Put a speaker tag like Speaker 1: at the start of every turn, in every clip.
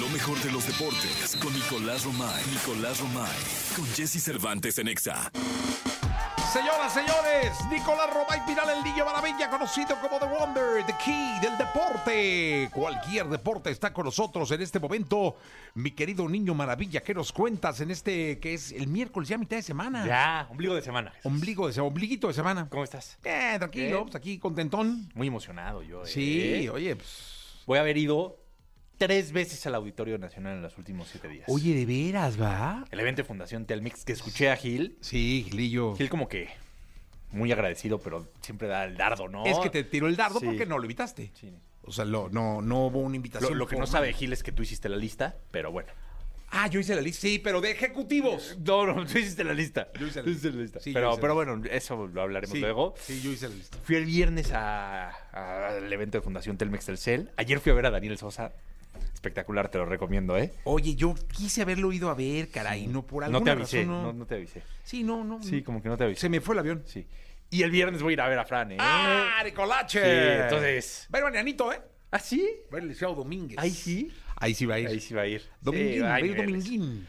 Speaker 1: Lo mejor de los deportes con Nicolás Romay. Nicolás Romay. Con Jesse Cervantes en Exa.
Speaker 2: Señoras, señores, Nicolás Romay Pinal, el niño maravilla, conocido como The Wonder, The Key del deporte. Cualquier deporte está con nosotros en este momento. Mi querido niño maravilla, ¿qué nos cuentas en este que es el miércoles, ya mitad de semana?
Speaker 3: Ya, ombligo de semana.
Speaker 2: Ah. Ombligo de semana, ombliguito de semana.
Speaker 3: ¿Cómo estás?
Speaker 2: Eh, tranquilo,
Speaker 3: Bien.
Speaker 2: pues aquí contentón.
Speaker 3: Muy emocionado yo. ¿eh?
Speaker 2: Sí, oye, pues.
Speaker 3: Voy a haber ido tres veces al Auditorio Nacional en los últimos siete días.
Speaker 2: Oye, de veras, ¿va?
Speaker 3: El evento de Fundación Telmex que escuché a Gil.
Speaker 2: Sí, Gilillo.
Speaker 3: Gil como que muy agradecido, pero siempre da el dardo, ¿no?
Speaker 2: Es que te tiró el dardo
Speaker 3: Sí.
Speaker 2: porque no lo invitaste.
Speaker 3: Sí.
Speaker 2: O sea, lo- no, no hubo una invitación.
Speaker 3: Lo, lo que no
Speaker 2: formal.
Speaker 3: sabe Gil es que tú hiciste la lista, pero bueno.
Speaker 2: Ah, yo hice la lista. Sí, pero de ejecutivos.
Speaker 3: No, no, tú hiciste la lista.
Speaker 2: Yo hice la
Speaker 3: Tú hiciste
Speaker 2: lista. Sí, yo
Speaker 3: pero,
Speaker 2: hice la
Speaker 3: pero bueno, eso lo hablaremos
Speaker 2: Sí,
Speaker 3: luego.
Speaker 2: Sí, yo hice la lista.
Speaker 3: Fui el viernes a- a- al evento de Fundación Telmex Telcel. Ayer fui a ver a Daniel Sosa. Espectacular, te lo recomiendo, ¿eh?
Speaker 2: Oye, yo quise haberlo ido a ver, caray, no por alguna
Speaker 3: no te avisé,
Speaker 2: razón. No...
Speaker 3: no- no te avisé.
Speaker 2: Sí, no, no.
Speaker 3: Sí, como que no te avisé.
Speaker 2: Se me fue el avión.
Speaker 3: Sí. Y el viernes voy a ir a ver a Fran, ¿eh?
Speaker 2: ¡Ah, Nicolache!
Speaker 3: Sí, entonces-
Speaker 2: Ver Marianito, ¿eh?
Speaker 3: ¿Ah, sí?
Speaker 2: Ver el show Domínguez.
Speaker 3: Ahí sí.
Speaker 2: Ahí sí va a ir.
Speaker 3: Ahí sí va a ir.
Speaker 2: Dominguín,
Speaker 3: Sí, va, hay
Speaker 2: ver
Speaker 3: niveles.
Speaker 2: Dominguín.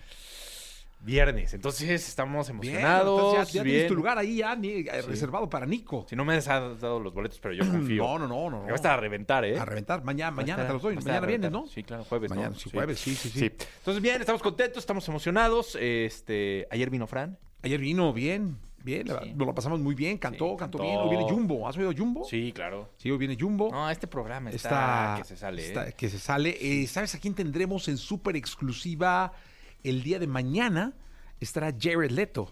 Speaker 3: Viernes. Entonces estamos
Speaker 2: Bien,
Speaker 3: emocionados.
Speaker 2: entonces ya, ya tienes
Speaker 3: bien.
Speaker 2: tu lugar ahí ya ni- eh, reservado para Nico.
Speaker 3: Si no me has dado los boletos, pero yo confío.
Speaker 2: No, no, no, no,
Speaker 3: Me
Speaker 2: no.
Speaker 3: va a estar a reventar, ¿eh?
Speaker 2: A reventar. Mañana,
Speaker 3: Va a
Speaker 2: mañana
Speaker 3: estar-
Speaker 2: te los doy.
Speaker 3: va a estar a
Speaker 2: Mañana vienes,
Speaker 3: reventar.
Speaker 2: ¿no?
Speaker 3: Sí, claro, jueves, ¿no?
Speaker 2: Mañana, sí, jueves, sí, sí, sí.
Speaker 3: Entonces, bien, estamos contentos, estamos emocionados. Este, ayer vino Fran.
Speaker 2: Ayer vino bien, bien, la-
Speaker 3: Sí.
Speaker 2: nos lo pasamos muy bien, cantó,
Speaker 3: Sí,
Speaker 2: cantó,
Speaker 3: cantó.
Speaker 2: bien, hoy viene Jumbo, ¿has oído Jumbo?
Speaker 3: Sí, claro.
Speaker 2: Sí, hoy viene Jumbo.
Speaker 3: No, este programa está,
Speaker 2: está,
Speaker 3: que se sale. ¿eh?
Speaker 2: está que se sale. Eh, ¿Sabes a quién tendremos en súper exclusiva el día de mañana? Estará Jared Leto,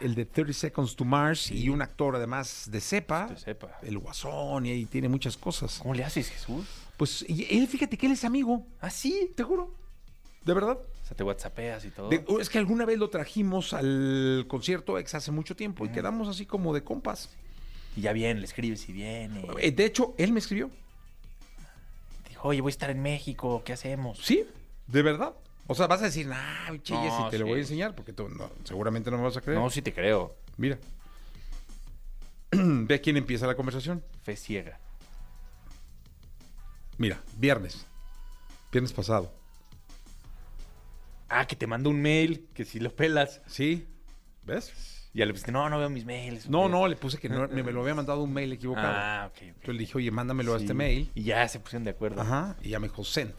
Speaker 2: el de 30 Seconds to Mars y un actor además de cepa,
Speaker 3: De cepa.
Speaker 2: el guasón y ahí tiene muchas cosas.
Speaker 3: ¿Cómo le haces, Jesús?
Speaker 2: Pues y él, fíjate que él es amigo,
Speaker 3: Ah, sí.
Speaker 2: te juro, de verdad.
Speaker 3: O sea, te whatsappeas y todo.
Speaker 2: De- oh, es que alguna vez lo trajimos al concierto ex hace mucho tiempo y quedamos así como de compas.
Speaker 3: Y ya viene, le escribes y viene.
Speaker 2: Eh, De hecho, él me escribió.
Speaker 3: Dijo, oye, voy a estar en México, ¿qué hacemos?
Speaker 2: Sí, de verdad. O sea, vas a decir, nah, che,
Speaker 3: No,
Speaker 2: Jesse, te lo
Speaker 3: sí.
Speaker 2: voy a enseñar porque tú no, seguramente no me vas a creer.
Speaker 3: No, sí te creo.
Speaker 2: Mira. Ve a quién empieza la conversación.
Speaker 3: Fe ciega.
Speaker 2: Mira, viernes. Viernes pasado.
Speaker 3: Ah, que te mando un mail, que si lo pelas.
Speaker 2: ¿Sí? ¿Ves?
Speaker 3: Y ya le pusiste, no, no veo mis mails.
Speaker 2: No,
Speaker 3: ok".
Speaker 2: no, le puse que no- me, me lo había mandado un mail equivocado.
Speaker 3: Ah, ok, ok.
Speaker 2: Entonces le dije, oye, mándamelo a
Speaker 3: Sí.
Speaker 2: este mail.
Speaker 3: Y ya se pusieron de acuerdo.
Speaker 2: Ajá. Y ya me dijo, send.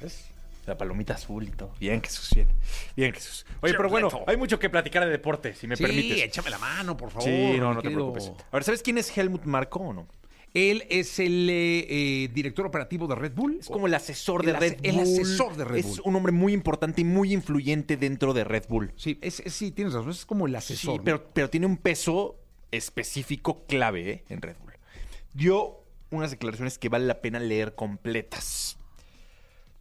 Speaker 2: ¿Ves?
Speaker 3: La palomita azul y todo. Bien, Jesús, bien. Bien, Jesús. Oye, pero bueno,
Speaker 2: Chapleto.
Speaker 3: hay mucho que platicar de deporte, si me permites.
Speaker 2: échame la mano, por favor.
Speaker 3: Sí, no,
Speaker 2: mi
Speaker 3: no te
Speaker 2: querido.
Speaker 3: preocupes. A ver, ¿sabes quién es Helmut Marco o no?
Speaker 2: Él es el eh, eh, director operativo de Red Bull.
Speaker 3: Es como el asesor de
Speaker 2: El ase-
Speaker 3: Red
Speaker 2: el
Speaker 3: Bull.
Speaker 2: asesor de Red
Speaker 3: es
Speaker 2: Bull.
Speaker 3: un hombre muy importante y muy influyente dentro de Red Bull.
Speaker 2: Sí, es, es- sí, tienes razón. Es como el
Speaker 3: Sí,
Speaker 2: asesor.
Speaker 3: pero, pero tiene un peso específico clave ¿eh? en Red Bull. Dio unas declaraciones que vale la pena leer completas.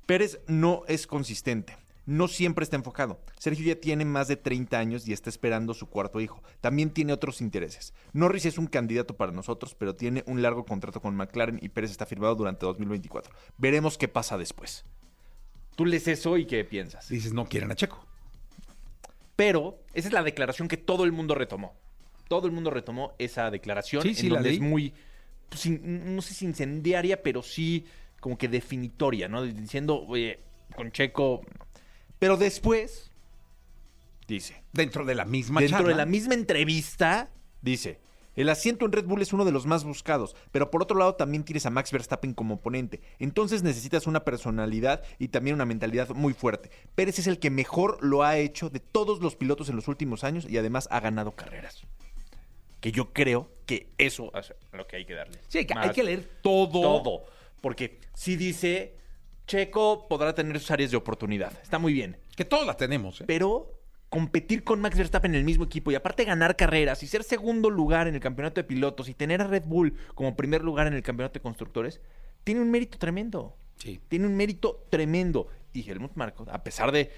Speaker 3: Pérez no es consistente. No siempre está enfocado. Sergio ya tiene más de 30 años y está esperando su cuarto hijo. También tiene otros intereses. Norris es un candidato para nosotros, pero tiene un largo contrato con McLaren y Pérez está firmado durante 2024. Veremos qué pasa después. Tú lees eso y qué piensas.
Speaker 2: Dices, no quieren a Checo.
Speaker 3: Pero esa es la declaración que todo el mundo retomó. Todo el mundo retomó esa declaración.
Speaker 2: Sí,
Speaker 3: en
Speaker 2: sí, la
Speaker 3: donde es
Speaker 2: leí.
Speaker 3: muy, pues, in- no sé si incendiaria, pero sí como que definitoria, ¿no? Diciendo, oye, con Checo. no. Pero después, dice,
Speaker 2: Dentro de la misma
Speaker 3: Dentro
Speaker 2: charla.
Speaker 3: de la misma entrevista, dice, el asiento en Red Bull es uno de los más buscados, pero por otro lado también tienes a Max Verstappen como oponente. Entonces necesitas una personalidad y también una mentalidad muy fuerte. Pérez es el que mejor lo ha hecho de todos los pilotos en los últimos años y además ha ganado carreras. Que yo creo que eso es lo que hay que darle.
Speaker 2: Sí, hay que, hay
Speaker 3: Más
Speaker 2: que leer todo.
Speaker 3: todo. Porque si dice, Checo podrá tener sus áreas de oportunidad. Está muy bien
Speaker 2: Que todos la tenemos. ¿eh?
Speaker 3: pero competir con Max Verstappen en el mismo equipo y aparte ganar carreras y ser segundo lugar en el campeonato de pilotos y tener a Red Bull como primer lugar en el campeonato de constructores, tiene un mérito tremendo.
Speaker 2: Sí.
Speaker 3: Tiene un mérito tremendo. Y Helmut Marco, a pesar de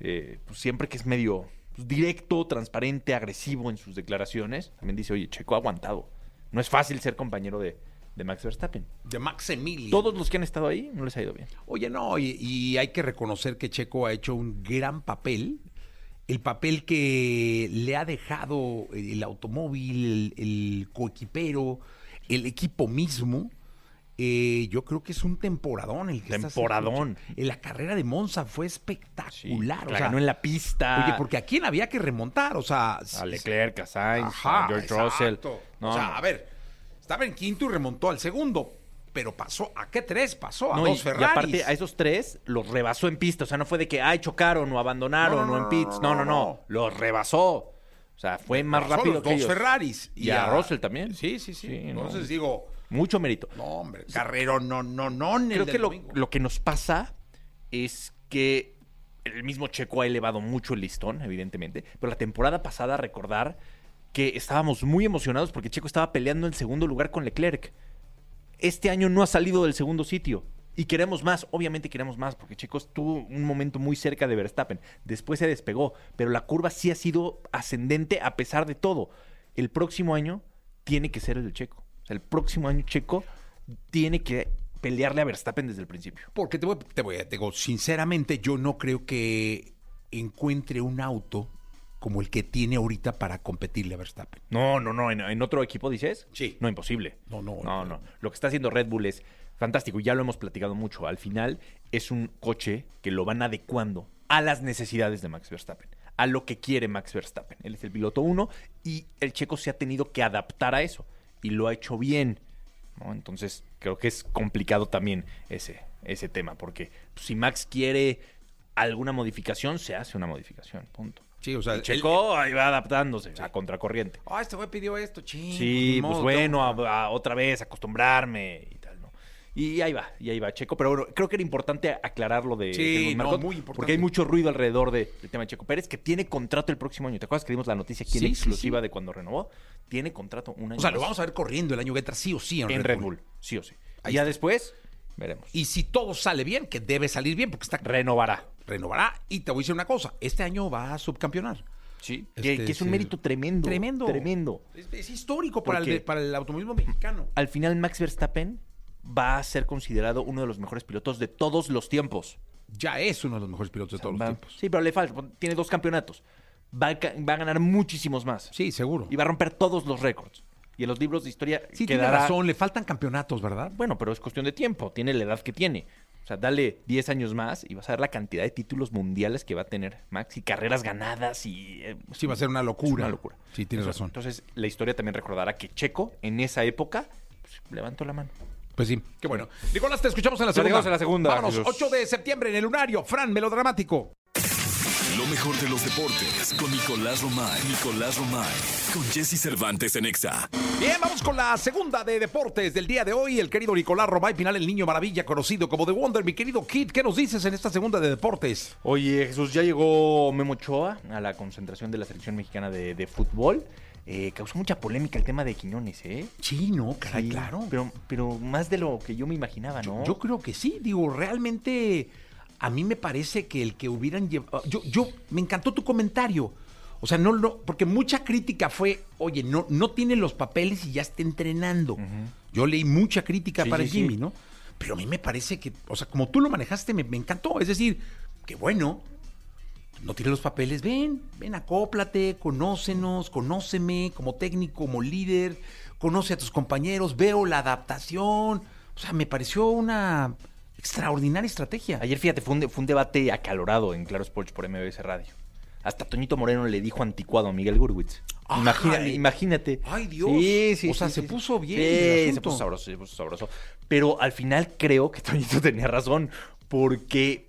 Speaker 3: eh, pues, siempre que es medio pues, directo, transparente, agresivo en sus declaraciones, también dice, oye, Checo ha aguantado. No es fácil ser compañero de, de Max Verstappen.
Speaker 2: De Max Emilio.
Speaker 3: Todos los que han estado ahí no les ha ido bien.
Speaker 2: Oye, no, y, y hay que reconocer que Checo ha hecho un gran papel. El papel que le ha dejado el automóvil, el, el coequipero, el equipo mismo. eh, yo creo que es un temporadón el que está haciendo.
Speaker 3: Temporadón.
Speaker 2: En la carrera de Monza fue espectacular. o
Speaker 3: la
Speaker 2: sea,
Speaker 3: ganó en la pista.
Speaker 2: Oye, porque a quién había que remontar, o sea,
Speaker 3: A Leclerc, a Sainz,
Speaker 2: Ajá,
Speaker 3: a George
Speaker 2: exacto.
Speaker 3: Russell.
Speaker 2: o
Speaker 3: No, no.
Speaker 2: sea, a ver, estaba en quinto y remontó al segundo, pero pasó a qué tres, pasó a
Speaker 3: No, y,
Speaker 2: dos
Speaker 3: y
Speaker 2: Ferraris.
Speaker 3: aparte a esos tres los rebasó en pista. O sea, no fue de que, ay, chocaron o abandonaron
Speaker 2: No, no,
Speaker 3: o en
Speaker 2: no,
Speaker 3: pits.
Speaker 2: no,
Speaker 3: No, no, no.
Speaker 2: no, no.
Speaker 3: Los rebasó. O sea, fue más
Speaker 2: Pasó a
Speaker 3: rápido
Speaker 2: los
Speaker 3: que
Speaker 2: dos
Speaker 3: ellos.
Speaker 2: Ferraris
Speaker 3: Y a Russell también.
Speaker 2: Sí, sí, sí.
Speaker 3: Sí, no.
Speaker 2: Entonces digo,
Speaker 3: Mucho mérito.
Speaker 2: no hombre, carrero no no no. en el
Speaker 3: Creo
Speaker 2: del
Speaker 3: que lo,
Speaker 2: domingo.
Speaker 3: lo que nos pasa es que el mismo Checo ha elevado mucho el listón, evidentemente. Pero la temporada pasada, recordar que estábamos muy emocionados porque Checo estaba peleando en segundo lugar con Leclerc. Este año no ha salido del segundo sitio. Y queremos más, obviamente queremos más, porque Checo estuvo un momento muy cerca de Verstappen. Después se despegó, pero la curva sí ha sido ascendente a pesar de todo. El próximo año tiene que ser el de Checo. O sea, el próximo año Checo tiene que pelearle a Verstappen desde el principio.
Speaker 2: Porque te voy, te voy, te digo, sinceramente yo no creo que encuentre un auto como el que tiene ahorita para competirle a Verstappen.
Speaker 3: No, no, no. ¿En, en otro equipo dices?
Speaker 2: Sí.
Speaker 3: No, imposible.
Speaker 2: No, no, no.
Speaker 3: No, no. Lo que está haciendo Red Bull es fantástico. y Ya lo hemos platicado mucho. Al final es un coche que lo van adecuando a las necesidades de Max Verstappen. A lo que quiere Max Verstappen. Él es el piloto uno y el checo se ha tenido que adaptar a eso. Y lo ha hecho bien. ¿no? Entonces creo que es complicado también ese, ese tema. Porque pues, si Max quiere alguna modificación, se hace una modificación. Punto.
Speaker 2: Sí, o sea,
Speaker 3: El checo ahí va adaptándose a contracorriente.
Speaker 2: Ah, este güey pidió esto, ching.
Speaker 3: Sí,
Speaker 2: ni
Speaker 3: pues
Speaker 2: modo,
Speaker 3: bueno,
Speaker 2: tengo-
Speaker 3: a- a otra vez acostumbrarme y tal, ¿no? Y ahí va, y ahí va Checo, pero bueno, creo que era importante aclarar lo de
Speaker 2: Sí,
Speaker 3: Helmut
Speaker 2: no,
Speaker 3: Marko,
Speaker 2: muy importante.
Speaker 3: porque hay mucho ruido alrededor de- del tema de Checo Pérez, que tiene contrato el próximo año. ¿Te acuerdas que dimos la noticia aquí en
Speaker 2: Sí, sí,
Speaker 3: exclusiva
Speaker 2: sí.
Speaker 3: de cuando renovó? Tiene contrato un año.
Speaker 2: O sea, lo
Speaker 3: más
Speaker 2: vamos a ver corriendo el año que entra, sí o sí, en,
Speaker 3: pues. en Red Bull. sí o sí.
Speaker 2: Ahí
Speaker 3: y ya
Speaker 2: está.
Speaker 3: después, veremos.
Speaker 2: Y si todo sale bien, que debe salir bien, porque está
Speaker 3: Renovará.
Speaker 2: renovará. Y te voy a decir una cosa: este año va a subcampeonar.
Speaker 3: Sí. que,
Speaker 2: Este,
Speaker 3: que es un
Speaker 2: sí.
Speaker 3: mérito tremendo.
Speaker 2: Tremendo.
Speaker 3: Tremendo.
Speaker 2: Es, es histórico para el,
Speaker 3: Porque-
Speaker 2: de- para el automovilismo mexicano.
Speaker 3: al final Max Verstappen va a ser considerado uno de los mejores pilotos de todos los tiempos.
Speaker 2: Ya es uno de los mejores pilotos de todos
Speaker 3: Va-
Speaker 2: los tiempos.
Speaker 3: Sí, pero le falta. Tiene dos campeonatos. Va a, ca- va a ganar muchísimos más.
Speaker 2: Sí, seguro.
Speaker 3: Y va a romper todos los récords. Y en los libros de historia
Speaker 2: Sí, tiene
Speaker 3: quedará...
Speaker 2: razón, le faltan campeonatos, ¿verdad?
Speaker 3: Bueno, pero es cuestión de tiempo. Tiene la edad que tiene. O sea, dale 10 años más y vas a ver la cantidad de títulos mundiales que va a tener Max y carreras ganadas y... eh,
Speaker 2: Sí, va a ser una locura.
Speaker 3: es una locura.
Speaker 2: Sí, tienes
Speaker 3: Entonces-
Speaker 2: razón.
Speaker 3: Entonces, la historia también recordará que Checo, en esa época, pues, levantó la mano.
Speaker 2: Pues sí, qué bueno. Nicolás, te escuchamos en la
Speaker 3: Te
Speaker 2: segunda.
Speaker 3: escuchamos en la segunda,
Speaker 2: Vámonos,
Speaker 3: Jesús.
Speaker 2: 8 de septiembre en el Lunario. Fran, melodramático.
Speaker 1: Lo mejor de los deportes con Nicolás Romay. Nicolás Romay. Con Jesse Cervantes en Exa.
Speaker 2: Bien, vamos con la segunda de deportes del día de hoy. El querido Nicolás Romay Pinal, el niño maravilla conocido como The Wonder. Mi querido Kid, ¿qué nos dices en esta segunda de deportes?
Speaker 3: Oye, Jesús, ya llegó Memo Ochoa a la concentración de la selección mexicana de, de fútbol. Eh, causó mucha polémica el tema de Quiñones, ¿eh?
Speaker 2: Sí, no, caray,
Speaker 3: Sí,
Speaker 2: claro.
Speaker 3: Pero, pero más de lo que yo me imaginaba, ¿no?
Speaker 2: Yo creo que sí, digo, realmente a mí me parece que el que hubieran llevado... Yo, yo, me encantó tu comentario. O sea, no, no, porque mucha crítica fue, oye, no, no tiene los papeles y ya está entrenando. Yo leí mucha crítica
Speaker 3: Sí,
Speaker 2: para
Speaker 3: sí, sí.
Speaker 2: Jimmy, ¿no? Pero a mí me parece que, o sea, como tú lo manejaste, me, me encantó. Es decir, que bueno, no tiene los papeles, ven, ven, acóplate, conócenos, conóceme como técnico, como líder, conoce a tus compañeros, veo la adaptación. O sea, me pareció una extraordinaria estrategia.
Speaker 3: Ayer, fíjate, fue un, de- fue un debate acalorado en Claro Sports por MBS Radio. Hasta Toñito Moreno le dijo anticuado a Miguel Gurwitz.
Speaker 2: Ay.
Speaker 3: Imagínate, imagínate.
Speaker 2: Ay, Dios.
Speaker 3: Sí, sí,
Speaker 2: O sea,
Speaker 3: sí,
Speaker 2: se
Speaker 3: sí.
Speaker 2: puso bien
Speaker 3: Sí,
Speaker 2: el
Speaker 3: se
Speaker 2: asunto.
Speaker 3: puso sabroso, se puso sabroso. Pero al final creo que Toñito tenía razón, porque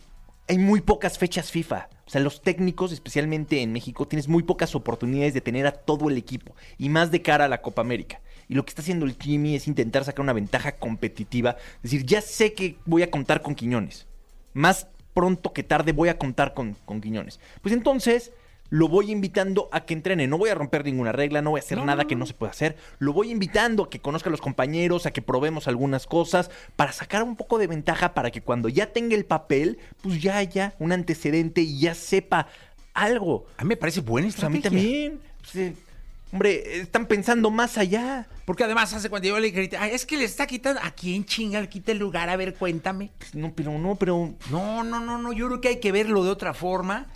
Speaker 3: hay muy pocas fechas FIFA. O sea, los técnicos, especialmente en México, tienes muy pocas oportunidades de tener a todo el equipo. Y más de cara a la Copa América. Y lo que está haciendo el Jimmy es intentar sacar una ventaja competitiva. Es decir, ya sé que voy a contar con Quiñones. Más pronto que tarde voy a contar con, con Quiñones. Pues entonces lo voy invitando a que entrene. No voy a romper ninguna regla, no voy a hacer
Speaker 2: No,
Speaker 3: nada
Speaker 2: no,
Speaker 3: que
Speaker 2: no.
Speaker 3: no se pueda hacer. Lo voy invitando a que conozca a los compañeros, a que probemos algunas cosas, para sacar un poco de ventaja para que cuando ya tenga el papel, pues ya haya un antecedente y ya sepa algo.
Speaker 2: A mí me parece buena
Speaker 3: Pues a
Speaker 2: estrategia.
Speaker 3: mí también. Pues, eh, hombre, están pensando más allá.
Speaker 2: Porque además hace cuando yo le grité, "Ay, es que le está quitando, ¿a quién chinga le quita el lugar? A ver, cuéntame.
Speaker 3: Pues, No, pero no, pero
Speaker 2: No, no, no, no. Yo creo que hay que verlo de otra forma.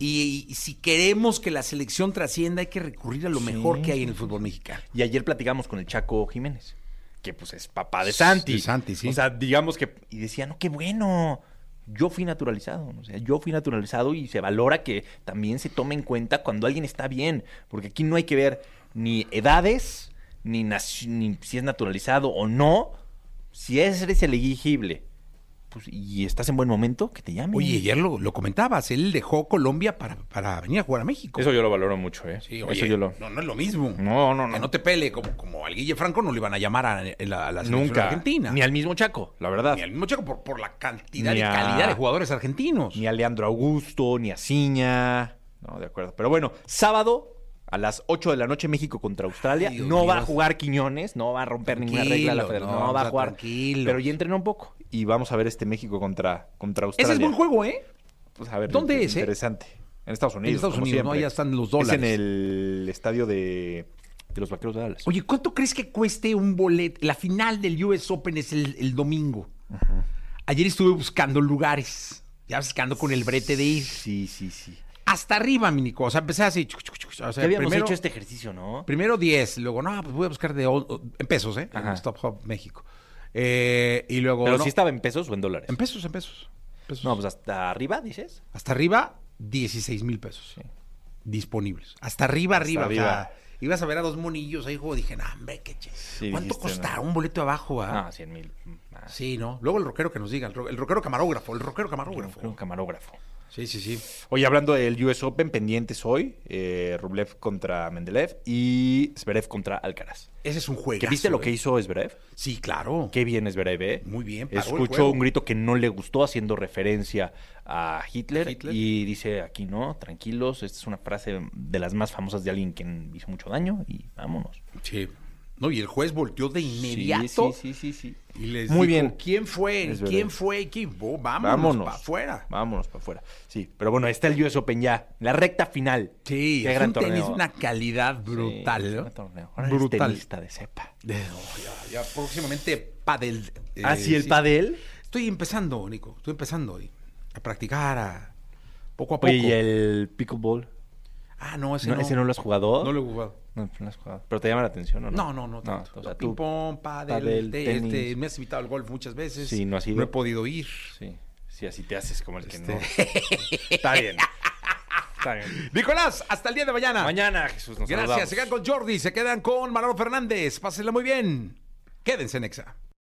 Speaker 2: Y, y si queremos que la selección trascienda, hay que recurrir a lo
Speaker 3: Sí,
Speaker 2: mejor que hay
Speaker 3: sí,
Speaker 2: en el fútbol mexicano.
Speaker 3: Y ayer platicamos con el Chaco Jiménez, que pues es papá de Santi.
Speaker 2: de Santi, sí.
Speaker 3: O sea, digamos que... Y decía, no, qué bueno. Yo fui naturalizado, ¿no? o sea, yo fui naturalizado y se valora que también se tome en cuenta cuando alguien está bien, porque aquí no hay que ver ni edades, ni, naci- ni si es naturalizado o no, si es- eres elegible pues, y estás en buen momento, que te llamen.
Speaker 2: Oye, ayer lo, lo comentabas, él dejó Colombia para, para venir a jugar a México.
Speaker 3: Eso yo lo valoro mucho, ¿eh?
Speaker 2: Sí, oye,
Speaker 3: Eso yo lo...
Speaker 2: no, no es lo mismo.
Speaker 3: No, no, no.
Speaker 2: Que no te pele, como, como al Guille Franco no le iban a llamar a, a la, a la selección
Speaker 3: Nunca.
Speaker 2: argentina.
Speaker 3: Ni al mismo Chaco, la verdad.
Speaker 2: Ni al mismo Checo por, por la cantidad
Speaker 3: Ni
Speaker 2: y
Speaker 3: a-
Speaker 2: calidad de jugadores argentinos.
Speaker 3: ni a Leandro Augusto, ni a Ciña. No, de acuerdo. Pero bueno, sábado a las 8 de la noche México contra Australia.
Speaker 2: Ay, Dios
Speaker 3: no va a
Speaker 2: Dios.
Speaker 3: jugar Quiñones, no va a romper ninguna
Speaker 2: Tranquilo,
Speaker 3: regla la federación.
Speaker 2: no,
Speaker 3: No, va
Speaker 2: o sea,
Speaker 3: a jugar.
Speaker 2: tranquilos.
Speaker 3: Pero ya entrenó un poco. Y vamos a ver este México contra, contra
Speaker 2: Ese
Speaker 3: Australia.
Speaker 2: es buen juego, ¿eh?
Speaker 3: Pues a ver,
Speaker 2: ¿Dónde es, eh?
Speaker 3: Interesante. En Estados Unidos.
Speaker 2: Estados
Speaker 3: como
Speaker 2: Unidos, ¿no?
Speaker 3: siempre.
Speaker 2: Allá están los
Speaker 3: Es en
Speaker 2: dólares.
Speaker 3: el estadio de, de los Vaqueros de Dallas.
Speaker 2: Oye, ¿cuánto crees que cueste un boleto? La final del US Open es el, el domingo. Ayer estuve buscando lugares. Ya ves que ando con el brete de ir.
Speaker 3: Sí, sí, sí.
Speaker 2: Hasta arriba, mi Nico. O sea, empecé así. chuc, chuc, chuc. O sea,
Speaker 3: Ya habíamos
Speaker 2: primero,
Speaker 3: hecho este ejercicio, ¿no?
Speaker 2: primero 10. Luego, no, pues voy a buscar de old- en pesos, ¿eh? En
Speaker 3: Ajá.
Speaker 2: Stop Hub México. Eh, y luego.
Speaker 3: Pero
Speaker 2: no,
Speaker 3: si estaba en pesos o en dólares.
Speaker 2: En pesos, en pesos. pesos.
Speaker 3: No, pues hasta arriba, dices.
Speaker 2: Hasta arriba, 16 mil pesos disponibles. Hasta arriba, arriba. o sea,
Speaker 3: arriba.
Speaker 2: ibas a ver a dos monillos ahí, juego. Dije, no, hombre, qué che. ¿Cuánto
Speaker 3: dijiste,
Speaker 2: costará
Speaker 3: no.
Speaker 2: un boleto abajo? ah?
Speaker 3: Ah, 100 mil.
Speaker 2: Sí, ¿no? Luego el rockero que nos diga, el, ro- el rockero camarógrafo, el rockero camarógrafo.
Speaker 3: un camarógrafo.
Speaker 2: Sí, sí, sí.
Speaker 3: Oye, hablando del US Open, pendientes hoy, eh, Rublev contra Mendeleev y Zverev contra Alcaraz.
Speaker 2: Ese es un juego.
Speaker 3: ¿Que ¿Viste lo que hizo Zverev?
Speaker 2: Sí, claro.
Speaker 3: Qué bien Zverev, ¿eh?
Speaker 2: Muy bien, paró el
Speaker 3: Escuchó
Speaker 2: juego.
Speaker 3: un grito que no le gustó haciendo referencia a Hitler,
Speaker 2: ¿A Hitler?
Speaker 3: y dice, aquí no, tranquilos, esta es una frase de las más famosas de alguien que hizo mucho daño y vámonos.
Speaker 2: Sí. No, y el juez volteó de inmediato
Speaker 3: Sí, sí, sí, sí. sí.
Speaker 2: y les
Speaker 3: Muy
Speaker 2: dijo,
Speaker 3: bien.
Speaker 2: ¿quién fue?
Speaker 3: Es verdad.
Speaker 2: ¿Quién fue? ¿Quién? Vos, Vámonos,
Speaker 3: Vámonos.
Speaker 2: para afuera.
Speaker 3: Vámonos para afuera. Sí, pero bueno, está el US Open ya, la recta final.
Speaker 2: Sí,
Speaker 3: Qué
Speaker 2: es
Speaker 3: gran
Speaker 2: un tenis de
Speaker 3: torneo.
Speaker 2: una calidad brutal.
Speaker 3: Sí,
Speaker 2: ¿no?
Speaker 3: gran torneo. Ahora eres
Speaker 2: Brutal.
Speaker 3: tenista de cepa.
Speaker 2: De- no, ya, ya próximamente padel. eh,
Speaker 3: ah, sí, el
Speaker 2: sí.
Speaker 3: padel.
Speaker 2: Estoy empezando, Nico. Estoy empezando hoy. A practicar, a... poco a poco.
Speaker 3: Oye, y el pickleball.
Speaker 2: Ah, no, ese
Speaker 3: No,
Speaker 2: no.
Speaker 3: ¿Ese no lo has jugado?
Speaker 2: No lo he jugado.
Speaker 3: No, no lo has jugado. Pero te llama la atención, ¿o
Speaker 2: No,
Speaker 3: ¿no?
Speaker 2: no, no. tanto.
Speaker 3: o sea, tú-
Speaker 2: ping pong, pádel,
Speaker 3: pádel,
Speaker 2: te-
Speaker 3: tenis.
Speaker 2: este, me has invitado al golf muchas veces.
Speaker 3: Sí, no has ido.
Speaker 2: he podido ir.
Speaker 3: Sí, sí, así te haces como el que
Speaker 2: Este.
Speaker 3: no. Está bien. Está bien.
Speaker 2: Nicolás, hasta el día de mañana.
Speaker 3: Mañana, Jesús, nos
Speaker 2: Gracias.
Speaker 3: saludamos.
Speaker 2: Se quedan con Jordi, se quedan con Manolo Fernández. Pásenla muy bien. Quédense, Nexa.